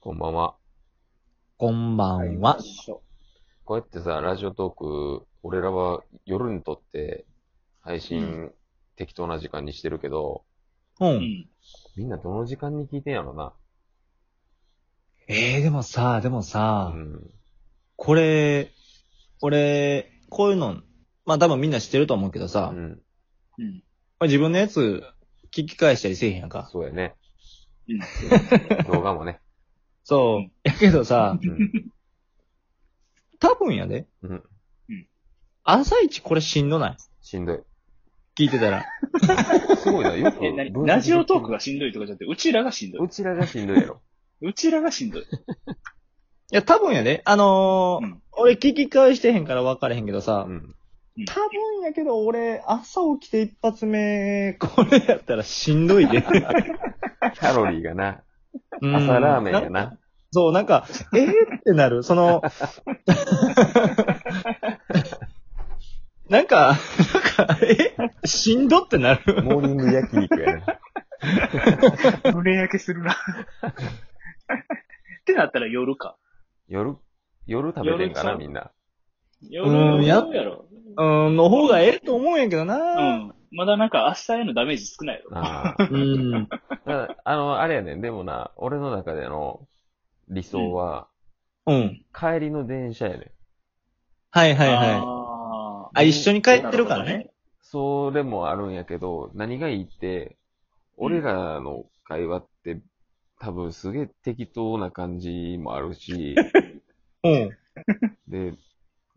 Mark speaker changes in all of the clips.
Speaker 1: こんばんは。
Speaker 2: こんばんは。
Speaker 1: こうやってさ、ラジオトーク、俺らは夜にとって配
Speaker 3: う
Speaker 1: 信適当な時間にしてるけど、
Speaker 2: うん。
Speaker 1: みんなどの時間に聞いてんやろな。
Speaker 2: ええでもさ、でも
Speaker 1: う
Speaker 2: さ、
Speaker 1: ん。
Speaker 2: これ、俺、こういうの、まあ多分みんな知ってると思うけどさ、
Speaker 1: う
Speaker 2: ま
Speaker 1: ん。
Speaker 3: うん。
Speaker 2: あ自分のやつ聞き返したりせえへんやんか。
Speaker 1: そうやね。
Speaker 3: うん。。
Speaker 1: 動画もね。
Speaker 2: そううんやけどさ、
Speaker 1: うん。
Speaker 2: 多分やで。
Speaker 1: うん。
Speaker 2: 朝一これしんどない
Speaker 1: しんどい。
Speaker 2: 聞いてたら。
Speaker 1: すごいな、よく
Speaker 3: え、なに
Speaker 1: 分析
Speaker 3: ラジオトークがしんどいとかじゃなくて、うちらがしんど
Speaker 1: う
Speaker 3: い。
Speaker 1: ちらがしんどいやろ。
Speaker 3: うちらがしんどい。
Speaker 2: いや、多分やで。あのー
Speaker 3: うん
Speaker 2: 俺聞き返してへんから分からへんけどさ、
Speaker 1: うん。
Speaker 2: 多分やけど俺、朝起きて一発目、これやったらしん どいで。
Speaker 1: カロリーがな、
Speaker 2: うん
Speaker 1: 朝ラーメンやな。
Speaker 2: そう、なんか、えー、ってなる。その、なんか、なんか、えしんどってなる。
Speaker 1: モーニング焼肉やな。
Speaker 3: 胸焼けするな。ってなったら夜か。
Speaker 1: 夜、夜食べてんかな、
Speaker 3: 夜ちゃう
Speaker 1: みんな。
Speaker 3: 夜
Speaker 2: うんや
Speaker 3: や
Speaker 2: っ
Speaker 3: ろ。
Speaker 2: うん、の方がええと思うんやけど
Speaker 3: う
Speaker 2: な。
Speaker 3: ん。まだなんか明日へのダメージ少ないやろ。
Speaker 1: ああ。
Speaker 2: うん。
Speaker 1: ただあの、あれやねん。でもな、俺の中での理想は、
Speaker 2: うん。
Speaker 1: 帰りの電車やねん。
Speaker 2: はいはいはい。
Speaker 3: は
Speaker 2: あ、一緒に帰ってるからね。。
Speaker 1: それもあるんやけど、何がいいって、俺らの会話って、多分すげえ適当な感じもあるし、
Speaker 2: うん。
Speaker 1: で、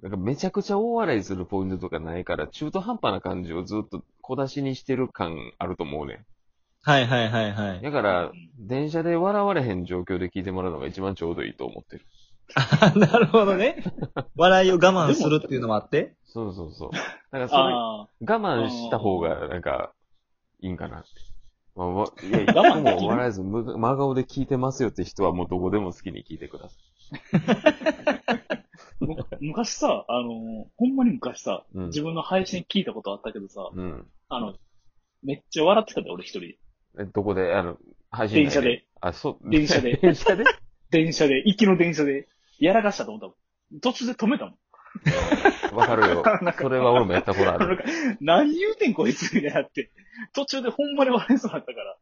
Speaker 1: なんかめちゃくちゃ大笑いするポイントとかないから、中途半端な感じをずっと小出しにしてる感あると思うね
Speaker 2: はいはいはいは
Speaker 1: ん。
Speaker 2: い。
Speaker 1: だから、電車で笑われへん状況で聞いてもらうのが一番ちょうどいいと思ってる。
Speaker 2: あ なるほどね。笑いを我慢するっていうのもあって。
Speaker 1: そうそうそう。だからそれ、
Speaker 3: あ
Speaker 1: 我慢した方が、なんか、いいんかなって。まあ、わいや、一
Speaker 3: 我
Speaker 1: 個
Speaker 3: 慢できる
Speaker 1: も笑えず、む真顔で聞いてますよって人はもうどこでも好きに聞いてください。
Speaker 3: あ、む昔さ、あの、ほんまに昔さ、
Speaker 1: うん。
Speaker 3: 自分の配信聞いたことあったけどさ、
Speaker 1: うん。
Speaker 3: あの、めっちゃ笑ってたで、俺一人。
Speaker 1: え、どこで、あの、配信内
Speaker 3: 電車で。
Speaker 1: あ、そう。
Speaker 3: 電車で
Speaker 1: 電車で
Speaker 3: 電車で、行きの電車で、やらかしたと思ったもん。途中で止めたもん。
Speaker 1: わかるよ。それは俺もやったことある。
Speaker 3: 何言うてんこいつみたいになって、途中でほんまに笑いそうだったから。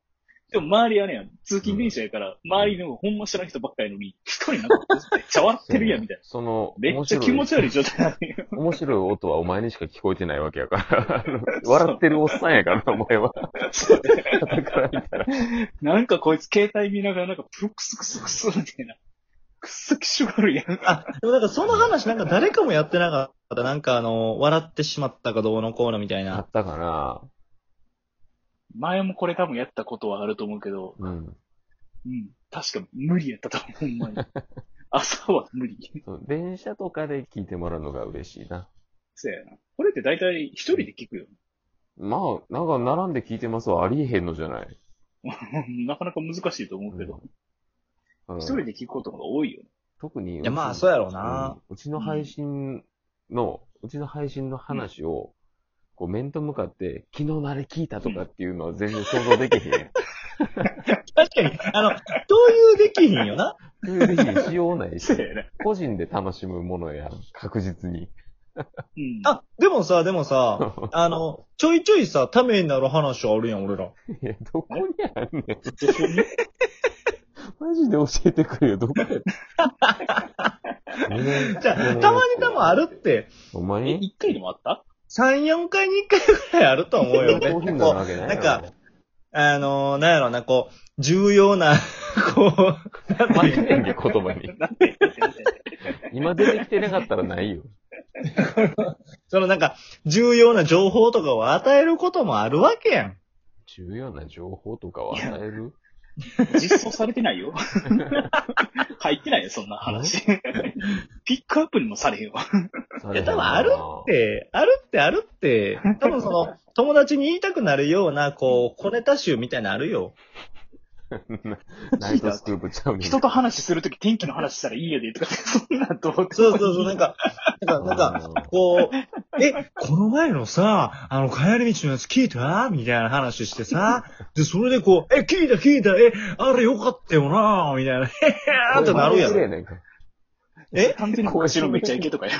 Speaker 3: でも周りはね、通勤電車やから、周りのほんま知らん人ばっかりのに、一人なんかめっちゃ笑ってるやんみたい
Speaker 1: その、
Speaker 3: な。めっちゃ気持ち悪い状態なのよ。
Speaker 1: 面白い面白い音はお前にしか聞こえてないわけやから。あ の笑ってるおっさんやから、お前は。
Speaker 3: そう
Speaker 1: だから見たら。
Speaker 3: なんかこいつ携帯見ながらなんかプクスクスクスみたいな。くっそ気色悪いやん。
Speaker 2: あ、でもなんかその話なんか誰かもやってなかった。なんかあの、笑ってしまったかどうのこうのみたい
Speaker 1: あ
Speaker 2: な
Speaker 1: っ。たかな
Speaker 3: 前もこれ多分やったことはあると思うけど、
Speaker 1: うん。
Speaker 3: うん。確か無理やったと思う、ほん まに。朝は無理。
Speaker 1: そう電車とかで聞いてもらうのが嬉しいな。
Speaker 3: そうやな。これって大体一人で聞くよ。
Speaker 1: まあ、なんか並んで聞いてますわ。ありえへんのじゃない
Speaker 3: なかなか難しいと思うけど、
Speaker 1: うん
Speaker 3: 一人で聞くことの方が多いよね。
Speaker 1: 特に。
Speaker 2: いや、まあ、
Speaker 1: ち
Speaker 2: そうやろうな。
Speaker 1: うんうちの配信の、うちの配信の話を、こう、面と向かって、昨日のあれ聞いたとかっていうのは全然想像できへ ん。
Speaker 2: 確かに、あの、共有できひんよな。
Speaker 1: そういうふうにしようないし
Speaker 3: そう、やね。
Speaker 1: 個人で楽しむものやん、確実に。
Speaker 3: うん。
Speaker 2: あ、でもさ、でもさ、あの、ちょいちょいさ、ためになる話あるやん、俺ら。
Speaker 1: いや、どこにあんねん。
Speaker 3: どこに
Speaker 1: マジで教えてくれよ、どこや
Speaker 2: じゃあ、たまにでもあるって、
Speaker 1: お
Speaker 3: え、
Speaker 1: 前
Speaker 3: 一回でもあった
Speaker 2: 3、4回に1回ぐらいあると思う よね。
Speaker 1: 高頻度な
Speaker 2: こ
Speaker 1: わけないやろ
Speaker 2: なんか、うあの、なんやろな、こう、重要な、 こう、なんて
Speaker 1: 巻
Speaker 2: い
Speaker 1: いうて
Speaker 2: の
Speaker 1: んけ、言葉に。
Speaker 3: なんて言ってんの
Speaker 1: 今出てきてなかったらないよ。
Speaker 2: そのなんか、重要な情報とかを与えることもあるわけやん。
Speaker 1: 重要な情報とかを与える
Speaker 3: 実装されてないよ。入ってないよ、そんな話。ピックアップにもされへんわ。
Speaker 1: さ
Speaker 2: い
Speaker 1: れへ
Speaker 2: や、
Speaker 1: んな
Speaker 2: 多分あるって、あるってあるって、多分その、友達に言いたくなるような、こう、小ネタ集みたいなのあるよ。
Speaker 1: ナイトスクープちゃうねん。
Speaker 3: 人と話するとき天気の話したらいいよで、とか、そんなどう
Speaker 2: そうそうそう、なんか、なんか、なんか、
Speaker 1: か、
Speaker 2: こう、え、この前のさ、あの、帰り道のやつ聞いたみたいな話してさ、で、それでこう、え、聞いた聞いた、え、あれよかったよなぁ、みたいな、 へへーってなるや
Speaker 1: これ
Speaker 2: ろ。
Speaker 1: 真似してんか
Speaker 2: え
Speaker 3: 完全に後ろめちゃいけとかや。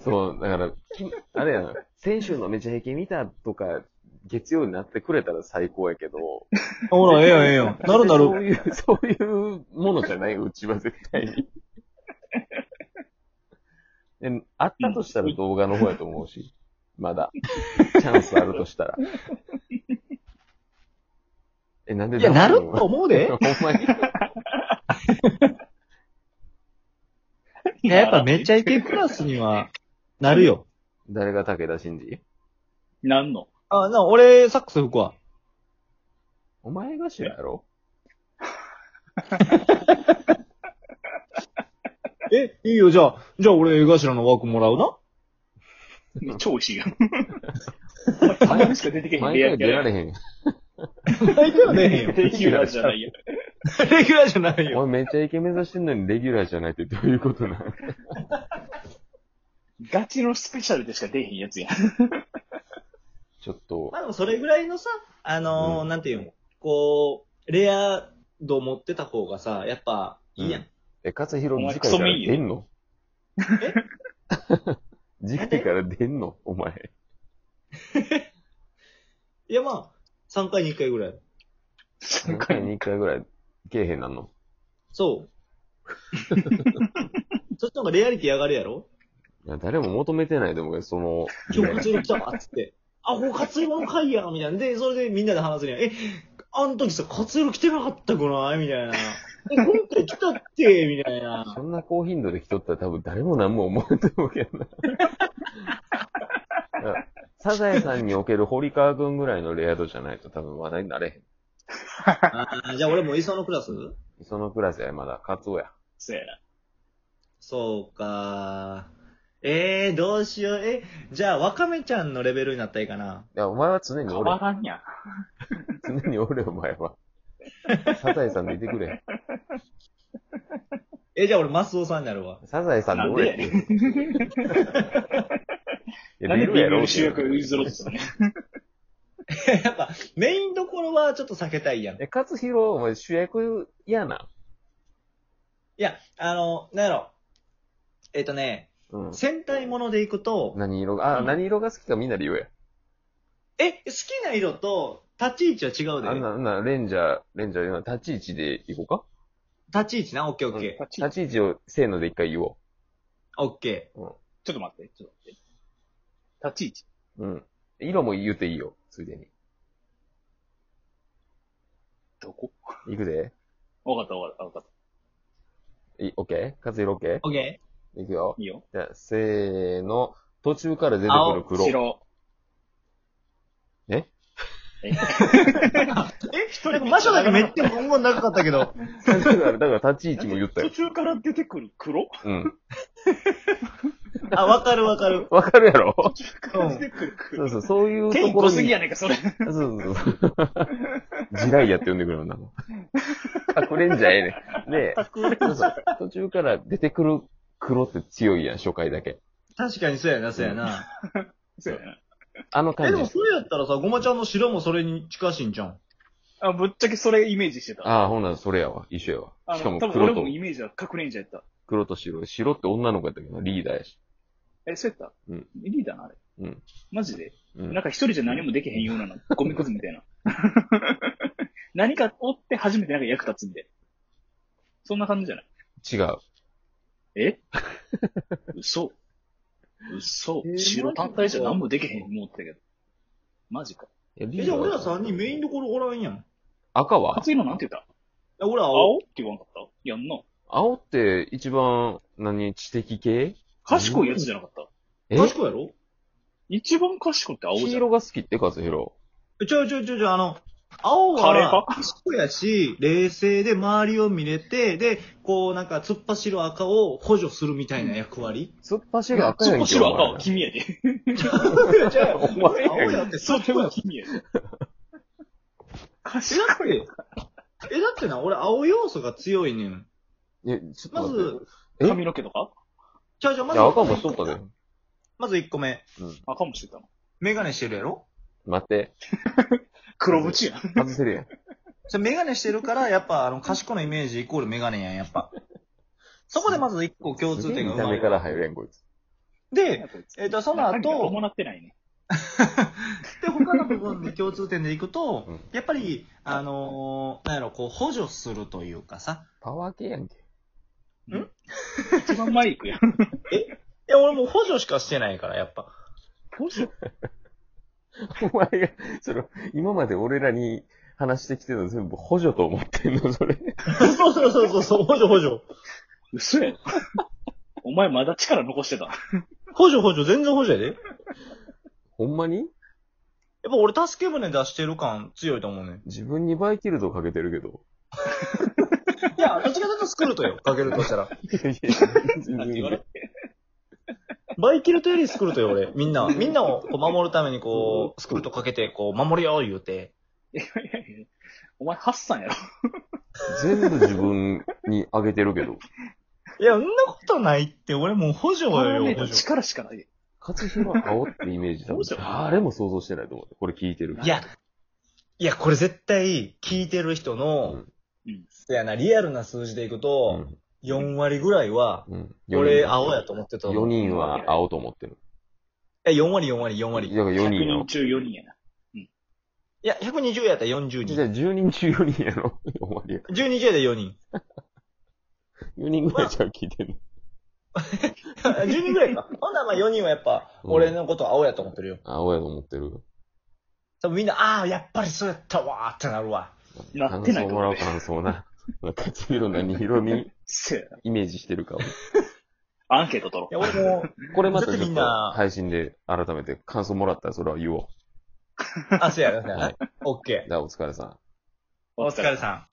Speaker 1: そう、だから、きあれやな、先週のめちゃイケ見たとか、月曜になってくれたら最高やけど、
Speaker 2: ほら、ええやん、ええやん。なるな
Speaker 1: そ
Speaker 2: る。
Speaker 1: ういう、そういうものじゃない、うちは絶対に。 であったとしたら動画の方やと思うし、まだ。チャンスあるとしたら。え、なんで
Speaker 2: いや、なると
Speaker 1: と
Speaker 2: 思 うで。
Speaker 1: ほんまに。
Speaker 2: いややっぱめっちゃイケクラスには、なるよ。
Speaker 1: 誰が武田真治
Speaker 3: なんの
Speaker 2: あ、な、俺、サックス吹くわ。
Speaker 1: お前がしらやろ
Speaker 2: え、いいよ、じゃあ、じゃあ俺、江頭の枠もらうな。
Speaker 3: 超美味しいやん。たまにしか出てけへん
Speaker 1: 毎回出られ
Speaker 3: へん。
Speaker 1: へん。
Speaker 2: 大丈夫ね えよ。
Speaker 3: レギュラーじゃないやん。
Speaker 2: レギュラーじゃないよ。
Speaker 1: お前めっちゃイケ目指してんのにレギュラーじゃないってどういうことなの
Speaker 3: ガチのスペシャルでしか出えへんやつやん。
Speaker 1: ちょっと
Speaker 2: ま、あでもそれぐらいのさ、あのー
Speaker 1: う
Speaker 2: なんていうの、こう、レア度持ってた方がさ、やっぱ、いいやん。
Speaker 1: え、勝弘次回から出んの
Speaker 2: え
Speaker 1: 次回から出んのお前。
Speaker 2: いや、まあ、3回に1回ぐらい。
Speaker 1: 3回に1回ぐらい、けえへんなんの。
Speaker 2: そう。そっちの方がレアリティ上がるやろ
Speaker 1: いや、誰も求めてないでも、その、
Speaker 2: 今日カツオ来たわ、つって。あ、これカツオの回や、みたいな。で、それでみんなで話すには、え、あの時さ、カツオ来てなかったくないみたいな。え、今回来たって、みたいな。
Speaker 1: そんな高頻度で来とったら多分誰も何も思うと思うけどな。 だからサザエさんにおける堀川くんぐらいのレア度じゃないと多分話題になれ
Speaker 2: あーじゃあ俺も磯のクラス
Speaker 1: へん。そのクラスや、まだ、カツオや。
Speaker 3: そうやな。
Speaker 2: そうかえー、どうしよう。え、じゃあ、ワカメちゃんのレベルになったらいいかな。
Speaker 1: いや、お前は常に
Speaker 3: 変
Speaker 1: お
Speaker 3: わ
Speaker 1: れ。
Speaker 3: らんやん。
Speaker 1: 常におれ、お前は。サザエさんでいてくれ。
Speaker 2: え、じゃあ俺、マスオさんになるわ。
Speaker 1: サザエさんでおれって。い
Speaker 3: なん
Speaker 1: 出
Speaker 3: で
Speaker 1: る
Speaker 3: ビ
Speaker 1: や
Speaker 3: ー
Speaker 1: ろ
Speaker 3: ル
Speaker 1: う
Speaker 3: 主
Speaker 1: けど
Speaker 3: 役譲ろうとするね。
Speaker 2: やっぱ、メインどころはちょっと避けたいやん。い
Speaker 1: え、勝弘、お前主役嫌な。
Speaker 2: や、あの、なんやろ。えっ、とね、
Speaker 1: うん。
Speaker 2: 戦隊ものでいくと、
Speaker 1: 何色が、あ、
Speaker 3: うん
Speaker 1: 何色が好きかみんなで言おうや。
Speaker 2: え、好きな色と、立ち位置は違う
Speaker 1: あん
Speaker 2: で。
Speaker 1: な、あんな、レンジャー、レンジャーの立ち位置で行こ
Speaker 2: 立ち位置な、オッケーオッケ
Speaker 3: 立ち
Speaker 1: うか。立ち位置をせーので一回言お
Speaker 2: ー。オッケ
Speaker 3: ちょっと待って、ちょっと待って。立ち
Speaker 1: う。うん。色も言うていいよ、ついでに。
Speaker 3: 位置。どこ
Speaker 1: 行くで。
Speaker 3: わかったわかったわかっ
Speaker 1: い、オッケー勝弘オッケ
Speaker 2: ー。オッケ
Speaker 1: ー行くよ
Speaker 3: た。。いいよ。
Speaker 1: じゃあ、せーの。途中から出てく
Speaker 2: 青
Speaker 1: る黒。
Speaker 3: 白。
Speaker 1: え
Speaker 3: え
Speaker 2: ー。え、一人、魔女だけめっちゃ本物なかったけど。
Speaker 1: だから、だから立ち位置も言った
Speaker 3: 途
Speaker 1: よ。
Speaker 3: 中から出てくる黒
Speaker 1: うん。
Speaker 2: あ、わかるわかる。
Speaker 1: わかるやろ
Speaker 3: 途中から出てくる
Speaker 1: そ
Speaker 3: 黒。
Speaker 1: うそう、そういうと
Speaker 3: 結
Speaker 1: こ
Speaker 3: 構
Speaker 1: ろ
Speaker 3: すぎ
Speaker 1: に。
Speaker 3: やねんか、それ。
Speaker 1: そうそうそう。地雷やって呼んでくるのなの。隠れんじゃええねん。で、そうそう途中から出てくる黒って強いやん、初回だけ。
Speaker 2: 確かにそうやな、そうやな。
Speaker 3: そうやな
Speaker 1: あの
Speaker 2: え、
Speaker 1: 感
Speaker 2: でも
Speaker 1: じ。
Speaker 2: それやったらさ、ごまちゃんの白もそれに近しいんじゃん。
Speaker 3: あ、ぶっちゃけそれイメージしてた。
Speaker 1: ああ、ほんならそれやわ。一緒やわ。
Speaker 3: あ
Speaker 1: しか
Speaker 3: の、
Speaker 1: も
Speaker 3: 多分俺
Speaker 1: 黒と
Speaker 3: も、イメージは隠れんじゃやった。
Speaker 1: 黒と白。白って女の子やったけど、リーダーやし。
Speaker 3: え、そうやった
Speaker 1: うん
Speaker 3: リーダーな、あれ。
Speaker 1: うん。
Speaker 3: マジで
Speaker 1: うん
Speaker 3: なん。か一人じゃ何もできへんようなの。ゴミくずみたいな。 何か追って初めてなんか役立つみたいな。そんな感じじゃない
Speaker 1: 違う。
Speaker 3: え嘘。嘘
Speaker 2: え。ー
Speaker 3: 白単体じゃ何もできへん思ってたけど。マジか。
Speaker 1: え、リ
Speaker 2: え、
Speaker 1: ー
Speaker 2: じ
Speaker 1: ダ
Speaker 2: ゃあ
Speaker 1: ー
Speaker 2: 俺ら3人メインどころおらんやん。
Speaker 1: 赤は
Speaker 3: 初色なんて言った
Speaker 2: え、俺ら青。
Speaker 3: 青って言わんかったやんな。
Speaker 1: 青って一番、何、知的系
Speaker 3: 賢いやつじゃなかった。
Speaker 1: え
Speaker 2: 賢いやろ
Speaker 3: 一番賢いって青
Speaker 1: 黄
Speaker 3: じゃん。
Speaker 1: 色が好きって、カズヒロ。
Speaker 2: えちょいちょいちょいちょい、あの、青
Speaker 3: カレー
Speaker 2: は
Speaker 3: か、
Speaker 2: 賢いやし、冷静で周りを見れて、で、こうなんか突っ走る赤を補助するみたいな役割。
Speaker 1: 突っ走る赤やんけ。
Speaker 3: 白赤
Speaker 1: お
Speaker 3: は
Speaker 1: 前
Speaker 3: 君やで。
Speaker 2: じゃあ
Speaker 1: お前やん
Speaker 2: 青やって
Speaker 3: そ
Speaker 2: そ
Speaker 3: れ
Speaker 2: こ
Speaker 3: は
Speaker 2: や。
Speaker 3: 君やで。
Speaker 2: え、
Speaker 3: 賢
Speaker 2: だって、え、だってな、俺青要素が強いねん。
Speaker 1: え、ちょっと
Speaker 2: ま
Speaker 1: 待って。
Speaker 2: ず、
Speaker 1: え
Speaker 3: い。髪の毛とか
Speaker 2: ちゃうちゃう、ま
Speaker 1: い
Speaker 2: ず、
Speaker 1: や、赤もしとったで。
Speaker 2: まず1個目。
Speaker 3: 赤もしてたの。
Speaker 2: メガネしてるやろ
Speaker 1: 待って。
Speaker 3: 黒縁やん。
Speaker 1: 外せるやん。
Speaker 2: それメガネしてるから、やっぱ、あの、賢いのイメージイコールメガネやん、やっぱ。そこでまず一個共通
Speaker 1: すげえ
Speaker 2: 点が
Speaker 1: 見
Speaker 2: 生
Speaker 1: た
Speaker 2: まれ
Speaker 1: 目か
Speaker 2: る。
Speaker 1: ら入るやん、こいつ。
Speaker 2: で、えっ、と、その
Speaker 3: 何か
Speaker 2: 後、
Speaker 3: 伴ってないね。
Speaker 2: で、他の部分で共通点でいくと、
Speaker 1: うん
Speaker 2: やっぱり、あのーなんやろ、こう、補助するというかさ。
Speaker 1: パワー系やんけ。
Speaker 3: 一番マイクやん。
Speaker 2: いや、俺もう補助しかしてないから、やっぱ。
Speaker 1: お前が、その、今まで俺らに話してきてるの全部補助と思ってんの、それ。
Speaker 2: そうそうそうそうそう、補助補助。
Speaker 3: 嘘やろ。お前まだ力残してた。
Speaker 2: 補助補助、全然補助やで。やっ
Speaker 1: ほんまに
Speaker 2: ぱ俺、助け舟出してる感強いと思うね。
Speaker 1: 自分にバイキルドかけてるけど。
Speaker 2: いや、どっちかというとスクルトよ、かけるとしたら。
Speaker 1: いやいや全
Speaker 3: なん
Speaker 1: 然
Speaker 3: て言われて
Speaker 2: バイキルトよりスクルトよ、俺。みん な、みんなをこう守るために、こう、スクルトかけて、こう、守るよ、言うて。
Speaker 3: いやいや お前ハッサンやろ。
Speaker 1: 全部自分にあげてるけど。
Speaker 2: いや、そんなことないって、俺もう補助
Speaker 3: パ
Speaker 2: よ
Speaker 3: ラメータ
Speaker 2: 補
Speaker 3: ー
Speaker 2: 助。
Speaker 3: 力しかない。
Speaker 1: 勝弘青ってイメージだ
Speaker 3: 補助
Speaker 1: 誰も想像してないと思う。これ聞いてる。
Speaker 2: いや、いや、これ絶対、聞いてる人
Speaker 1: う
Speaker 2: の
Speaker 1: ん、
Speaker 3: うん
Speaker 2: そやな、リアルな数字でいく
Speaker 1: う
Speaker 2: と、
Speaker 1: ん。
Speaker 2: 4割ぐらいは、
Speaker 1: うん。
Speaker 2: 俺、青やと思ってた。
Speaker 1: 4人は青と思ってる。
Speaker 2: え、4割、4割、4
Speaker 1: だ
Speaker 2: 割。
Speaker 1: か
Speaker 2: い
Speaker 1: ら4
Speaker 3: 100
Speaker 1: 人
Speaker 3: 人
Speaker 1: の。
Speaker 3: 中4人やな。
Speaker 2: や、120やったら40
Speaker 1: じゃ
Speaker 2: 人。
Speaker 1: あ10人中4人やろ。お前や。
Speaker 2: 12J やで4人。
Speaker 1: 4人ぐらいじゃあ聞いてるの。
Speaker 2: 10人ぐらいか。ほんならまあ4人はやっぱ、
Speaker 1: うん
Speaker 2: 俺のこと青やと思ってるよ。
Speaker 1: 青やと思ってる。
Speaker 2: 多分みんな、ああ、やっぱりそうやったわーってなるわ。
Speaker 3: なってな
Speaker 1: 感想
Speaker 3: いと
Speaker 1: もら
Speaker 3: 思
Speaker 1: おう
Speaker 3: う。
Speaker 1: 感想 な。勝弘何色に
Speaker 3: せやな
Speaker 1: イメージしてるかを。
Speaker 3: アンケート取ろ
Speaker 2: いや、俺も、
Speaker 1: これまた
Speaker 2: ちょっと
Speaker 1: ちょ
Speaker 2: み
Speaker 1: っ
Speaker 2: ん
Speaker 1: と
Speaker 2: な
Speaker 1: 配信で改めて感想もらったらそれは言おう。
Speaker 2: あ、そうやな、そうや
Speaker 1: は
Speaker 2: な。
Speaker 1: い。
Speaker 2: オッケ
Speaker 1: じゃあお疲れさん。
Speaker 2: ー。
Speaker 3: う。
Speaker 2: お疲れさん。